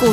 股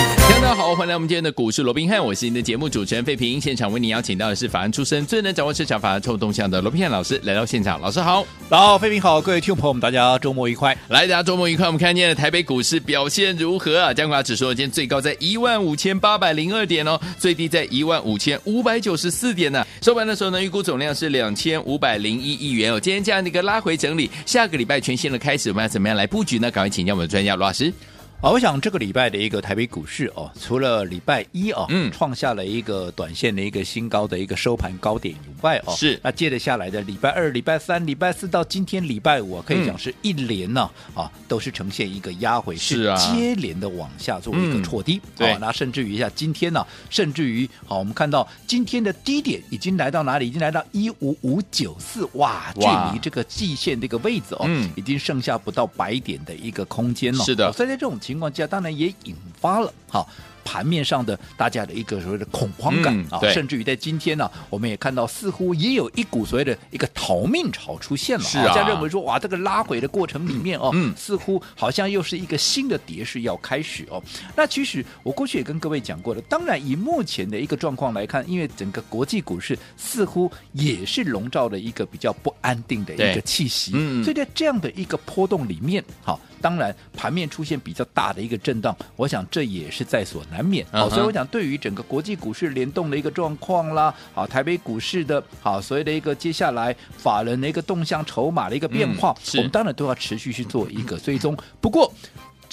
大家好，欢迎来我们今天的股市罗宾汉，我是您的节目主持人费平。现场为您邀请到的是法案出身、最能掌握市场法案臭动向的罗宾汉老师来到现场。老师好，然后，飞平好，各位听众朋友们，大家周末愉快。来大家周末愉快。我们看今天的台北股市表现如何啊？加权指数今天最高在一万五千八百零二点哦，最低在一万五千五百九十四点呢、收盘的时候呢，预估总量是两千五百零一亿元哦。今天这样的一个拉回整理，下个礼拜全新的开始，我们要怎么样来布局呢？赶快请教我们的专家罗老师。啊，我想这个礼拜的一个台北股市哦，除了礼拜一哦，嗯创下了一个短线的一个新高的一个收盘高点以外哦，是那接着下来的礼拜二、礼拜三、礼拜四到今天礼拜五、啊，可以讲是一连呢啊都是呈现一个压回，嗯是啊接连的往下做一个嗯错低。对哦那甚至于像今天呢、甚至于好，我们看到今天的低点已经来到哪里？已经来到一五五九四，哇，距哇离这个季线这个位置哦，嗯已经剩下不到百点的一个空间了。是的哦所以在这种情况下，当然也引发了好。盘面上的大家的一个所谓的恐慌感、嗯啊，对甚至于在今天呢、我们也看到似乎也有一股所谓的一个逃命潮出现了、是啊大家认为说哇，这个拉回的过程里面哦，嗯似乎好像又是一个新的跌势要开始哦。那其实我过去也跟各位讲过了，当然以目前的一个状况来看，因为整个国际股市似乎也是笼罩了一个比较不安定的一对个气息，嗯所以在这样的一个波动里面，好，当然盘面出现比较大的一个震荡，我想这也是在所难免。好、嗯哼所以我想对于整个国际股市联动的一个状况啦，好，台北股市的好所谓的一个接下来法人的一个动向、筹码的一个变化嗯，是我们当然都要持续去做一个追踪。不过。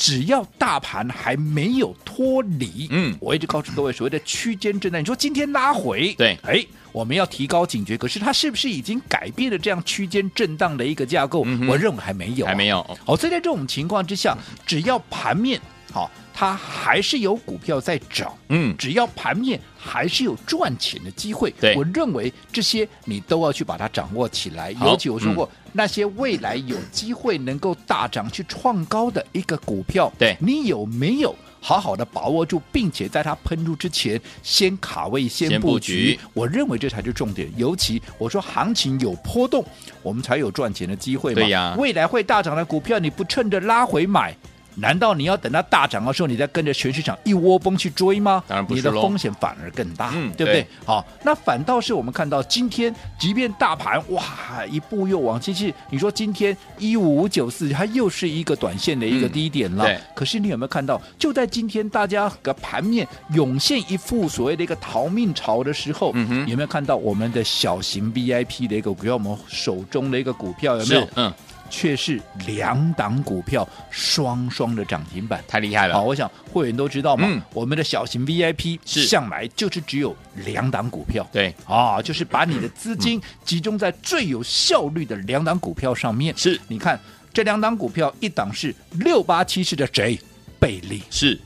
只要大盘还没有脱离，嗯我一直告诉各位所谓的区间震荡。你说今天拉回，对哎，我们要提高警觉。可是它是不是已经改变了这样区间震荡的一个架构？嗯哼我认为还没有、还没有。有，好，所以在这种情况之下，只要盘面好、它还是有股票在涨，嗯，只要盘面还是有赚钱的机会，对我认为这些你都要去把它掌握起来。好嗯尤其我说过，那些未来有机会能够大涨去创高的一个股票，对你有没有？好好的把握住，并且在它喷出之前，先卡位，先先布布局。局我认为这才是重点。尤其我说行情有波动，我们才有赚钱的机会嘛。对呀未来会大涨的股票，你不趁着拉回买？难道你要等它大涨的时候，你再跟着全市场一窝蜂去追吗？当然不是你的喽风险反而更大，嗯对不对对？好，那反倒是我们看到今天，即便大盘哇一步又往前去，你说今天一五五九四，它又是一个短线的一个嗯低点了。对可是你有没有看到，就在今天大家个盘面涌现一副所谓的一个逃命潮的时候，嗯哼有没有看到我们的小型 VIP 的一个股票，我们手中的一个股票有没有是？嗯，却是两档股票双双的涨停板。太厉害好，了，我想会员都知道嘛，啊嗯我们的小型 VIP 是向来就是只有两档股票。对，啊，就是把你的资金集中在最有效率的两档股票上面。是你看这两档股票，一档是六八七四的谁？贝利，是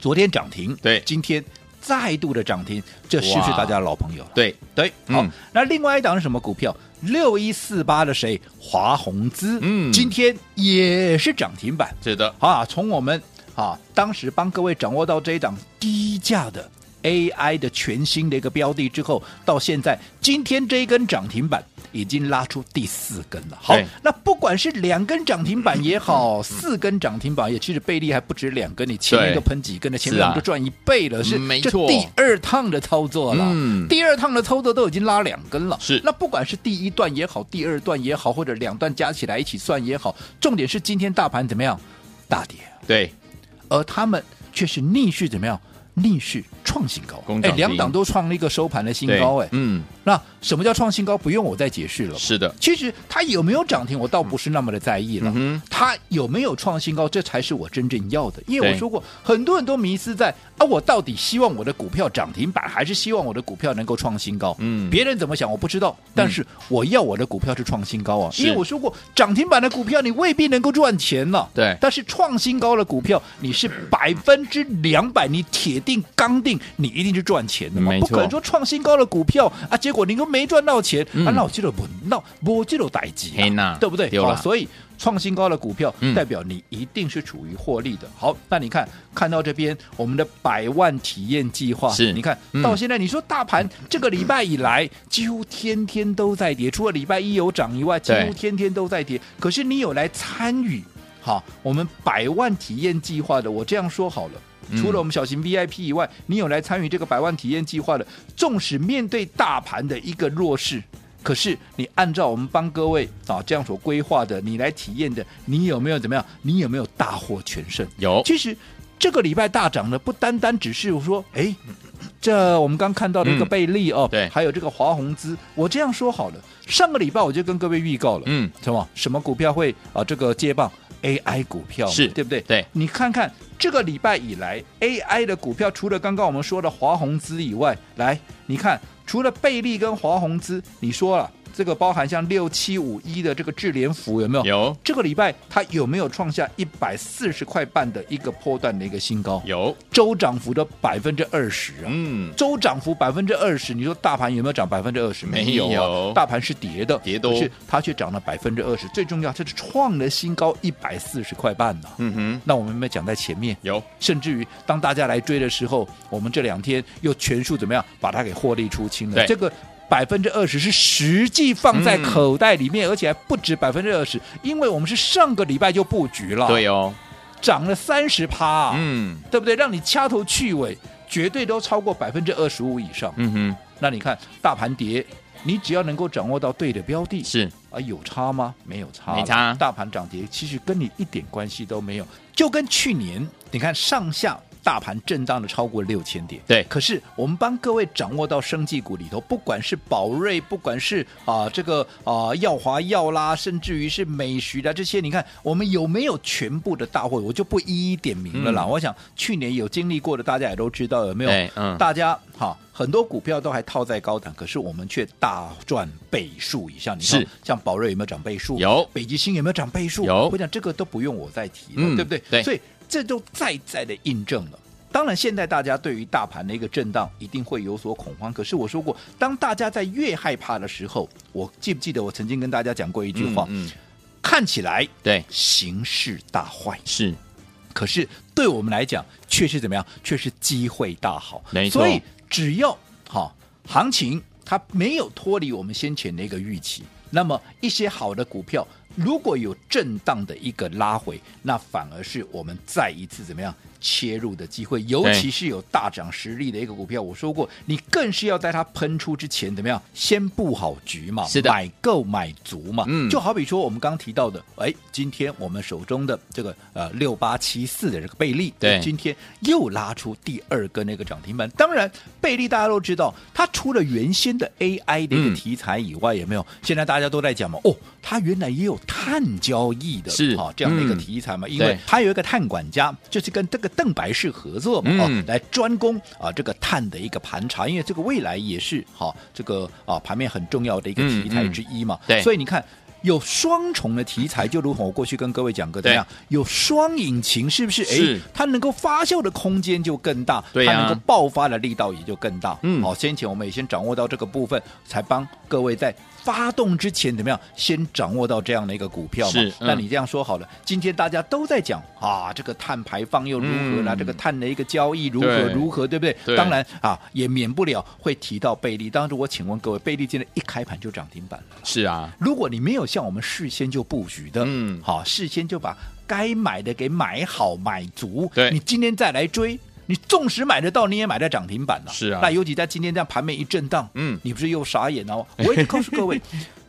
昨天涨停，对今天再度的涨停，这是不是哇大家的老朋友了？对，对，好，嗯那另外一档是什么股票？六一四八的谁？华宏资，嗯今天也是涨停板。是的，啊，从我们啊当时帮各位掌握到这一档低价的 AI 的全新的一个标的之后，到现在今天这一根涨停板。已经拉出第四根了。好对，那不管是两根涨停板 也好，四根涨停板也，其实倍利还不止两根，你前面对都喷几根了，前是面啊我们就赚一倍了，是没这错第二趟的操作了，嗯第二趟的操作都已经拉两根了。是那不管是第一段也好，第二段也好，或者两段加起来一起算也好，重点是今天大盘怎么样大跌，对，而他们却是逆势怎么样逆势创新高攻，涨哎，停两档都创了一个收盘的新对高，哎、嗯，那什么叫创新高？不用我再解释了吧。是的，其实它有没有涨停，我倒不是那么的在意了。嗯它有没有创新高，这才是我真正要的。因为我对说过，很多人都迷失在啊，我到底希望我的股票涨停板，还是希望我的股票能够创新高？嗯别人怎么想我不知道，但是我要我的股票是创新高啊。是因为我说过，涨停板的股票你未必能够赚钱呢、对但是创新高的股票，你是百分之两百，你铁定刚定，你一定是赚钱的嘛，没错不可能说创新高的股票啊，结果你都没赚到钱，嗯啊，那我记得不，那我记得逮鸡嘿呐啊对不对？对啦好所以。创新高的股票嗯，代表你一定是处于获利的。好，那你看，看到这边我们的百万体验计划，是你看嗯到现在，你说大盘这个礼拜以来几乎天天都在跌，除了礼拜一有涨以外，几对乎天天都在跌。可是你有来参与，好，我们百万体验计划的，我这样说好了。嗯除了我们小型 VIP 以外，你有来参与这个百万体验计划的，纵使面对大盘的一个弱势，可是你按照我们帮各位啊这样所规划的，你来体验的，你有没有怎么样？你有没有大获全胜？有其实这个礼拜大涨的不单单只是说，哎，这我们刚看到的一个嗯贝利哦，对还有这个华宏资。我这样说好了，上个礼拜我就跟各位预告了，嗯，什么什么股票会啊这个接棒 AI 股票嘛是对不对？对，你看看这个礼拜以来 AI 的股票，除了刚刚我们说的华宏资以外，来你看除了贝利跟华宏资，你说了这个包含像六七五一的这个智联福有没有？有这个礼拜它有没有创下一百四十块半的一个波段的一个新高？有，周涨幅的百分之二十啊！嗯，周涨幅百分之二十，你说大盘有没有涨百分之二十？没有啊大盘是跌的，跌的哦可是它却涨了百分之二十。最重要，它是创了新高一百四十块半呢、嗯哼，那我们有没有讲在前面？有，甚至于当大家来追的时候，我们这两天又全数怎么样把它给获利出清对了？这个。百分之二十是实际放在口袋里嗯面，而且还不止百分之二十，因为我们是上个礼拜就布局了，对哦，涨了三十趴，嗯对不对？让你掐头去尾，绝对都超过百分之二十五以上。嗯哼，那你看大盘跌，你只要能够掌握到对的标的，是啊，有差吗？没有差了，没差大盘涨跌其实跟你一点关系都没有，就跟去年你看上下。大盘震荡的超过六千点，对可是我们帮各位掌握到生技股里头，不管是宝瑞，不管是啊、这个啊、耀华药啦，甚至于是美徐啦这些，你看我们有没有全部的大会，我就不一一点名了啦。嗯我想去年有经历过的，大家也都知道有没有？对嗯大家哈很多股票都还套在高档，可是我们却大赚倍数以上。你看是像宝瑞有没有涨倍数？有北极星有没有涨倍数？有我讲这个都不用我再提了，嗯对不对？对所以这都再再的印证了。当然，现在大家对于大盘的一个震荡一定会有所恐慌。可是我说过，当大家在越害怕的时候，我记不记得我曾经跟大家讲过一句话？嗯，嗯看起来对，形势大坏，是可是对我们来讲，却是怎么样？却是机会大好。没错所以只要好、行情，它没有脱离我们先前的一个预期，那么一些好的股票如果有震荡的一个拉回，那反而是我们再一次怎么样切入的机会。尤其是有大涨实力的一个股票，我说过，你更是要在它喷出之前怎么样，先布好局嘛，是的买够买足嘛。嗯就好比说我们刚提到的，哎，今天我们手中的这个呃六八七四的这个贝利，对今天又拉出第二根那个涨停板。当然，贝利大家都知道，它除了原先的 AI 的一嗯个题材以外，有没有？现在大家都在讲嘛，哦，它原来也有碳交易的，是啊、这样的一个嗯题材嘛，因对为它有一个碳管家，就是跟这个邓白氏合作嘛，嗯哦，来专攻啊这个碳的一个盘查，因为这个未来也是好、这个啊盘面很重要的一个嗯题材嗯之一嘛，对所以你看。有双重的题材，就如同我过去跟各位讲过，怎么样？有双引擎，是不是？是哎，它能够发酵的空间就更大，对它呀能够爆发的力道也就更大。嗯好、先前我们也先掌握到这个部分，才帮各位在发动之前怎么样，先掌握到这样的一个股票嘛。是那嗯你这样说好了，今天大家都在讲啊，这个碳排放又如何啦，嗯这个碳的一个交易如何对如何，对不对？对当然啊，也免不了会提到贝利。当时我请问各位，贝利今天一开盘就涨停板了。是啊，如果你没有像我们事先就布局的，嗯好，事先就把该买的给买好买足，对你今天再来追。你纵使买得到，你也买在涨停板了。是啊那尤其在今天这样盘面一震荡，嗯你不是又 傻眼了吗？我也告诉各位，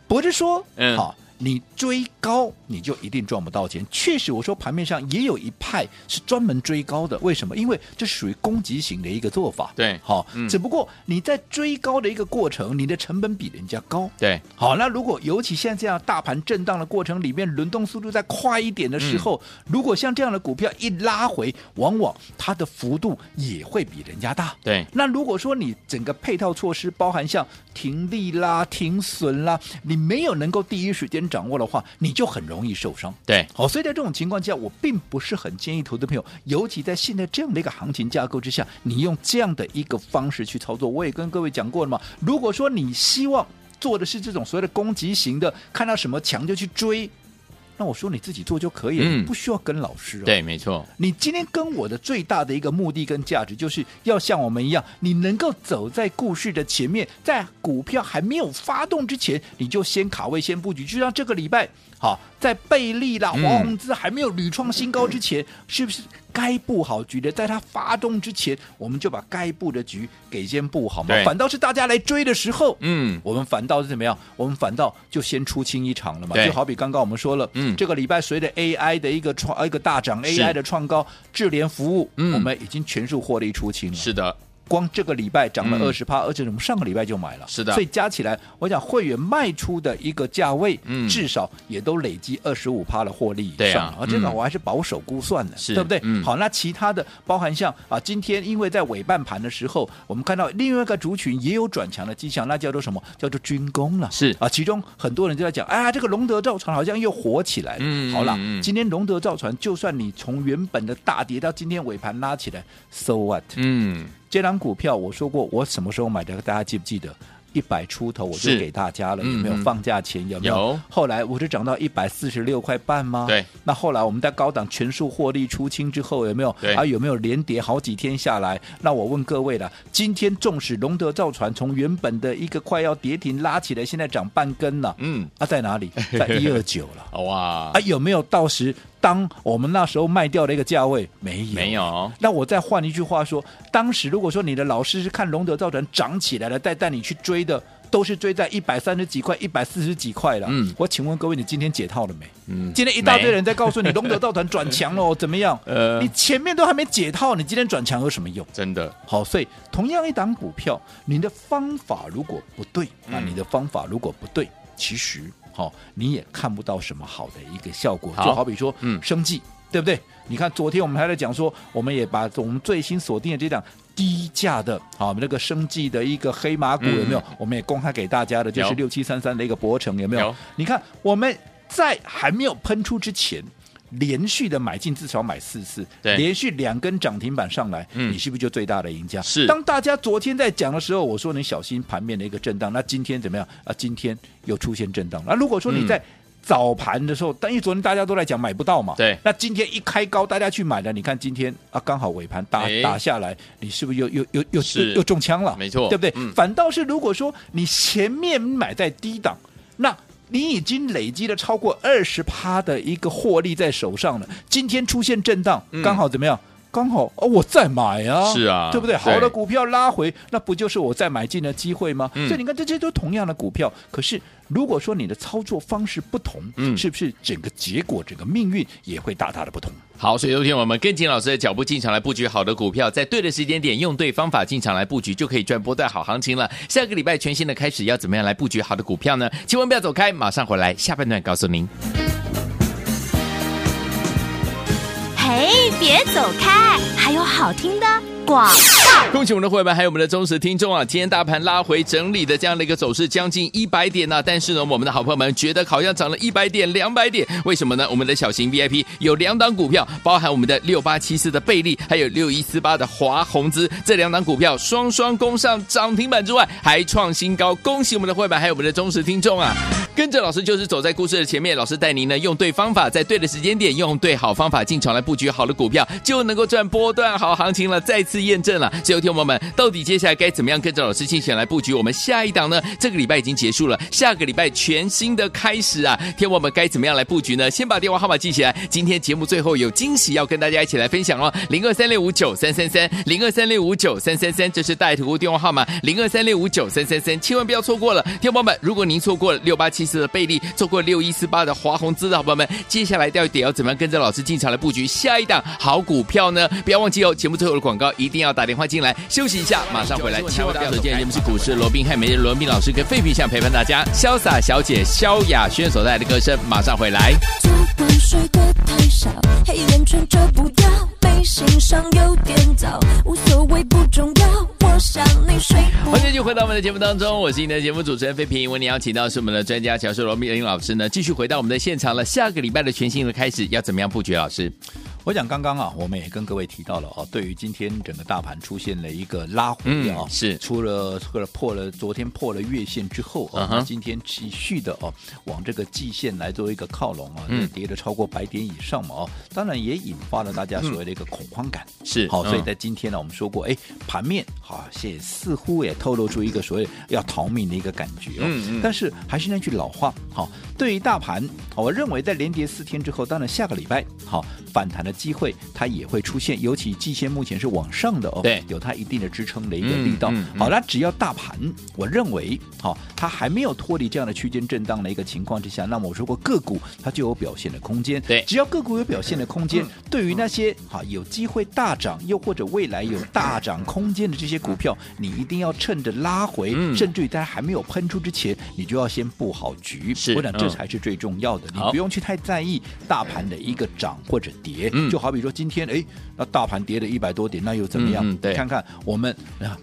不是说，嗯好，你追高你就一定赚不到钱。确实，我说盘面上也有一派是专门追高的，为什么？因为这属于攻击型的一个做法。对好，嗯只不过你在追高的一个过程，你的成本比人家高。对，好，那如果尤其现在这样大盘震荡的过程里面，轮动速度再快一点的时候，如果像这样的股票一拉回，往往它的幅度也会比人家大。对，那如果说你整个配套措施包含像停利啦、停损啦，你没有能够第一时间先掌握的话，你就很容易受伤。对，好，所以在这种情况下，我并不是很建议投资朋友，尤其在现在这样的一个行情架构之下，你用这样的一个方式去操作。我也跟各位讲过了嘛，如果说你希望做的是这种所谓的攻击型的，看到什么强就去追，那我说你自己做就可以了，嗯你不需要跟老师、哦。对，没错，你今天跟我的最大的一个目的跟价值，就是要像我们一样，你能够走在故事的前面，在股票还没有发动之前，你就先卡位、先布局。就像这个礼拜，好，在贝利啦、嗯黄宏资还没有屡创新高之前，是不是该布好局的？在它发动之前，我们就把该布的局给先布好嘛对。反倒是大家来追的时候，嗯，我们反倒是怎么样？我们反倒就先出清一场了嘛。对就好比刚刚我们说了，嗯这个礼拜随着 AI 的一个创呃一个大涨是，AI 的创高，智联服务，嗯我们已经全数获利出清了。是的，光这个礼拜涨了嗯二十趴，而且我们上个礼拜就买了，是的所以加起来，我想会员卖出的一个价位，嗯至少也都累积二十五趴的获利以对上啊了。这个嗯我还是保守估算的，是对不对？嗯好，那其他的包含像啊，今天因为在尾半盘的时候，我们看到另外一个族群也有转强的迹象，那叫做什么？叫做军工了。是啊，其中很多人就在讲，啊，这个龙德造船好像又火起来了。嗯好了，嗯嗯今天龙德造船，就算你从原本的大跌到今天尾盘拉起来，so what？嗯，这张股票我说过，我什么时候买的？大家记不记得？一百出头我就是给大家了，有嗯没有嗯？放假前有没有？有后来我是涨到一百四十六块半吗？对。那后来我们在高档全数获利出清之后，有没有对？啊，有没有连跌好几天下来？那我问各位了，今天纵使龙德造船从原本的一个快要跌停拉起来，现在涨半根了，嗯，啊，在 哪里？在一二九了。哇啊，，有没有到时当我们那时候卖掉的一个价位？没有，没有，那我再换一句话说，当时如果说你的老师是看龙德造船涨起来了，再带你去追的，都是追在一百三十几块、一百四十几块了。嗯我请问各位，你今天解套了没？嗯，今天一大堆没人在 告诉你龙德造船转强哦，怎么样？呃你前面都还没解套，你今天转强有什么用？真的，好，所以同样一档股票，你的方法如果不对啊，嗯你的方法如果不对，其实好、你也看不到什么好的一个效果。好就好比说，嗯嗯，生计，对不对？你看昨天我们还在讲说，我们也把我们最新锁定的这档低价的啊，我们那个生计的一个黑马股嗯有没有？我们也公开给大家的，就是有六七三三的一个博成有没有？有你看我们在还没有喷出之前。连续的买进至少买四次，对连续两根涨停板上来，嗯你是不是就最大的赢家？是当大家昨天在讲的时候，我说你小心盘面的一个震荡。那今天怎么样啊？今天又出现震荡。那如果说嗯你在早盘的时候，但因为昨天大家都在讲买不到嘛，对那今天一开高，大家去买了，你看今天啊，刚好尾盘打哎打下来，你是不是又又又又是又又中枪了？没错啊对不对嗯？反倒是如果说你前面买在低档，那。你已经累积了超过二十趴的一个获利在手上了，今天出现震荡嗯，刚好怎么样？刚好哦，我再买啊，是啊对不对？对好的股票拉回，那不就是我再买进的机会吗？嗯所以你看，这些都同样的股票，可是如果说你的操作方式不同，嗯是不是整个结果、整个命运也会大大的不同？好，所以昨天我们跟紧老师的脚步进场来布局好的股票，在对的时间点用对方法进场来布局，就可以赚波段好行情了。下个礼拜全新的开始，要怎么样来布局好的股票呢？千万不要走开，马上回来，下半段告诉您。嘿，别走开，还有好听的广。恭喜我们的会员，还有我们的忠实听众啊！今天大盘拉回整理的这样的一个走势，将近一百点呢、但是呢，我们的好朋友们觉得好像涨了一百点、两百点，为什么呢？我们的小型 VIP 有两档股票，包含我们的六八七四的贝利，还有六一四八的华宏资，这两档股票双双攻上涨停板之外，还创新高。恭喜我们的会员，还有我们的忠实听众啊！跟着老师就是走在故事的前面，老师带您呢用对方法，在对的时间点，用对好方法进场来布局好的股票，就能够赚波段好行情了。再次验证了，所以听众朋友们，到底接下来该怎么样跟着老师进行来布局？我们下一档呢？这个礼拜已经结束了，下个礼拜全新的开始啊！听众朋友们该怎么样来布局呢？先把电话号码记起来，今天节目最后有惊喜要跟大家一起来分享哦，零二三六五九三三三，零二三六五九三三三，这是带图电话号码，零二三六五九三三三，千万不要错过了。听众朋友们，如果您错过了六八七四的贝利，错过六一四八的华宏资的好朋友们，接下来到底要怎么样跟着老师进场来布局下一档好股票呢？不要忘记哦，节目最后的广告一定要打电话进来。休息一下，马上回来，千万不要走。今天节目是股市罗宾汉，每日罗宾老师跟费皮相陪伴大家，潇洒小姐萧亚轩所带来的歌声，马上回来。昨晚睡得太少，黑眼圈遮不掉，背心上有点早，无所谓不重要，我想你睡不欢迎继续回到我们的节目当中，我是你的节目主持人费平。为你邀请到是我们的专家乔授罗明林老师呢，继续回到我们的现场了。下个礼拜的全新的开始，要怎么样布局？老师，我想刚刚啊，我们也跟各位提到了哦，对于今天整个大盘出现了一个拉回啊、嗯是除了除了破了昨天破了月线之后嗯啊，哼今天持续的哦往这个季线来做一个靠拢啊，嗯这跌了超过百点以上嘛哦，当然也引发了大家所谓的一个恐慌感。是好，所以嗯在今天呢，我们说过，哎，盘面好也似乎也透露出一个所谓要逃命的一个感觉哦。嗯嗯但是还是那句老话，好，对于大盘，好我认为在连跌四天之后，当然下个礼拜好反弹的机会它也会出现，尤其季线目前是往上的哦，对有它一定的支撑的一个嗯力道。嗯嗯好，那只要大盘，我认为好、它还没有脱离这样的区间震荡的一个情况之下，那么我说过个股它就有表现的空间。对嗯只要个股有表现的空间，对于那些好、有机会大涨，又或者未来有大涨空间的这些股票，你一定要趁着拉回，嗯甚至于在还没有喷出之前，你就要先布好局。是我想嗯这才是最重要的，你好不用去太在意大盘的一个涨或者跌。嗯就好比说今天，哎，那大盘跌了一百多点，那又怎么样？嗯嗯对你看看我们啊。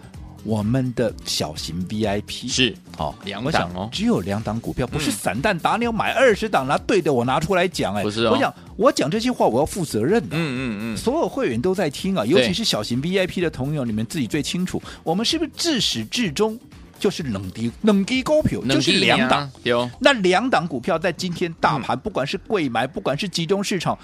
我们的小型 VIP 是好两我档想哦只有两档股票，不是嗯散弹打鸟买二十档拿对的我拿出来讲，哎，不是哦我想我讲这些话我要负责任的，嗯嗯所有会员都在听啊，尤对其是小型 VIP 的朋友，你们自己最清楚，我们是不是自始至终就是冷低冷低股票，嗯能就是力两量档，有那两档股票在今天大嗯盘，不管是贵买，不管是集中市场。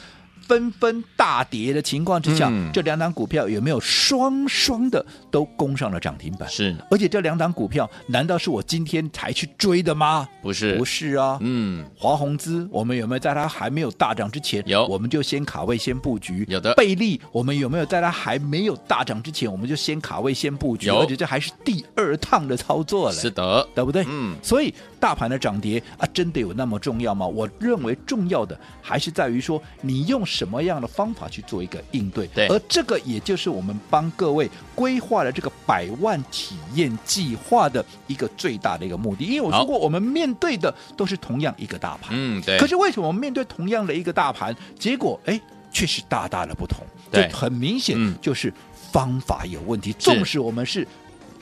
纷纷大跌的情况之下，嗯这两档股票有没有双双的都攻上了涨停板？是而且这两档股票难道是我今天才去追的吗？不是？不是啊，嗯，华宏资，我们有没有在它还没有大涨之前，有我们就先卡位先布局？有的贝利，我们有没有在它还没有大涨之前，我们就先卡位先布局？有而且这还是第二趟的操作了，是的，对不对？嗯所以大盘的涨跌啊，真的有那么重要吗？我认为重要的还是在于说，你用什么样的方法去做一个应对。对而这个也就是我们帮各位规划了这个百万体验计划的一个最大的一个目的。因为我好说过，我们面对的都是同样一个大盘，嗯对可，是为什么我们面对同样的一个大盘，结果哎却是大大的不同？对这很明显嗯就是方法有问题。纵使我们是。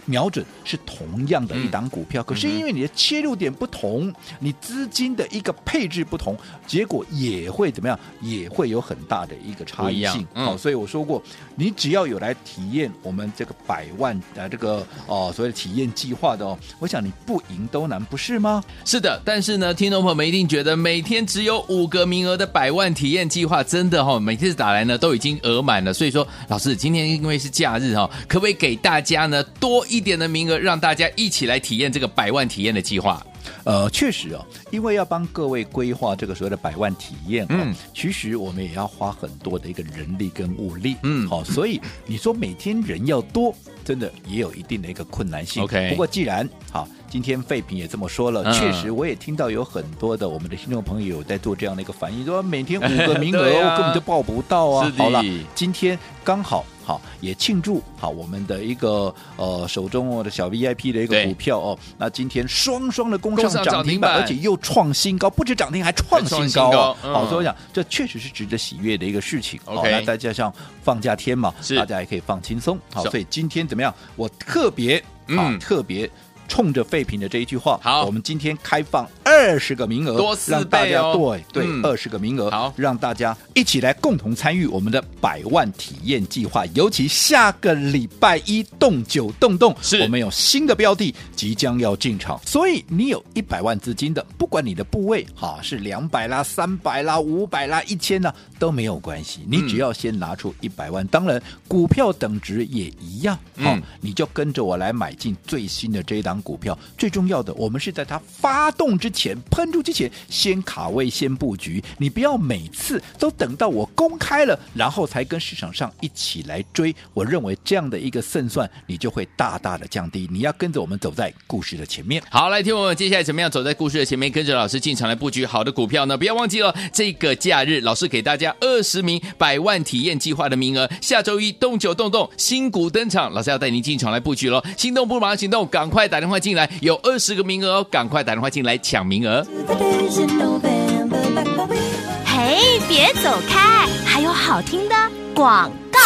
瞄准是同样的一档股嗯票，可是因为你的切入点不同，你资金的一个配置不同，结果也会怎么样？也会有很大的一个差不一异样性。嗯好、所以我说过，你只要有来体验我们这个百万呃这个哦所谓的体验计划的哦，我想你不赢都难，不是吗？是的，但是呢，听众朋友们一定觉得每天只有五个名额的百万体验计划，真的哈、每次打来呢都已经额满了。所以说，老师今天因为是假日哈、可不可以给大家呢多一点的名额，让大家一起来体验这个百万体验的计划？呃，确实哦，因为要帮各位规划这个所谓的百万体验、哦，嗯，其实我们也要花很多的一个人力跟物力，嗯好、所以你说每天人要多，真的也有一定的一个困难性。 OK 不过既然好，今天废品也这么说了，嗯确实我也听到有很多的我们的听众朋友有在做这样的一个反应，说每天五个名额、哦对啊我根本就报不到啊是。的好了，今天刚好。好，也庆祝好我们的一个呃手中哦的小 VIP 的一个对股票哦，那今天双双的攻攻上上涨涨停停板板，而且又创新高，不止涨停还创还创新新高高啊！嗯好，所以我想这确实是值得喜悦的一个事情。好 OK 那再加上放假天嘛是，大家也可以放轻松。好，是所以今天怎么样？我特别啊嗯，特别。冲着废品的这一句话，好我们今天开放二十个名额，多四让大倍家哦对对嗯二十个名额，好让大家一起来共同参与我们的百万体验计划。尤其下个礼拜一动九动动，是我们有新的标的即将要进场，所以你有一百万资金的，不管你的部位哈是两百啦、三百啦、五百啦、一千啦都没有关系，你只要先拿出一百万，当然股票等值也一样，好、嗯你就跟着我来买进最新的这一档股票。最重要的，我们是在它发动之前、喷出之前，先卡位、先布局。你不要每次都等到我公开了，然后才跟市场上一起来追。我认为这样的一个胜算，你就会大大的降低。你要跟着我们走在故事的前面。好，来听我们接下来怎么样走在故事的前面，跟着老师进场来布局好的股票呢？不要忘记了，哦这个假日老师给大家二十名百万体验计划的名额，下周一动九动动新股登场，老师要带您进场来布局喽！心动不如马上行动，赶快打电话进来，有二十个名额哦，赶快打电话进来抢名额。 The days in November, back when we were 嘿，别走开，还有好听的广告。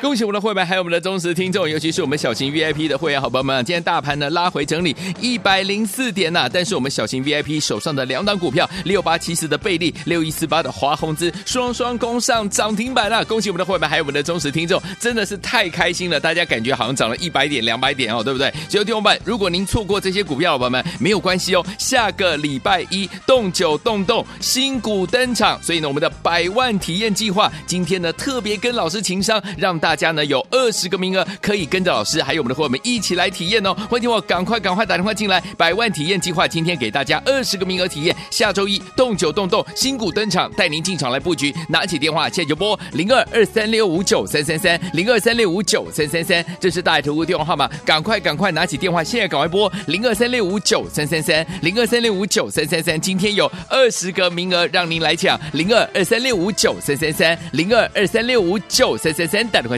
恭喜我们的会员，还有我们的忠实听众，尤其是我们小型 VIP 的会员好朋友们。今天大盘呢拉回整理一百零四点呐、但是我们小型 VIP 手上的两档股票，六八七四的贝利，六一四八的华宏资，双双攻上涨停板了、啊恭喜我们的会员，还有我们的忠实听众，真的是太开心了！大家感觉好像涨了一百点、两百点哦，对不对？所以听众们，如果您错过这些股票，好朋友们没有关系哦，下个礼拜一动九动动新股登场，所以呢，我们的百万体验计划今天呢特别跟老师情商，让大家呢有二十个名额可以跟着老师还有我们的伙伴们一起来体验哦。欢迎我赶快赶快打电话进来，百万体验计划今天给大家二十个名额体验，下周一动九动动新股登场，带您进场来布局。拿起电话现在就拨零二二三六五九三三三零二三六五九三三三，这是大爱投顾电话号码，赶快赶快拿起电话现在赶快拨零二三六五九三三三零二三六五九三三三，今天有二十个名额让您来抢，零二二三六五九三三三零二二三六五九三三三，打电话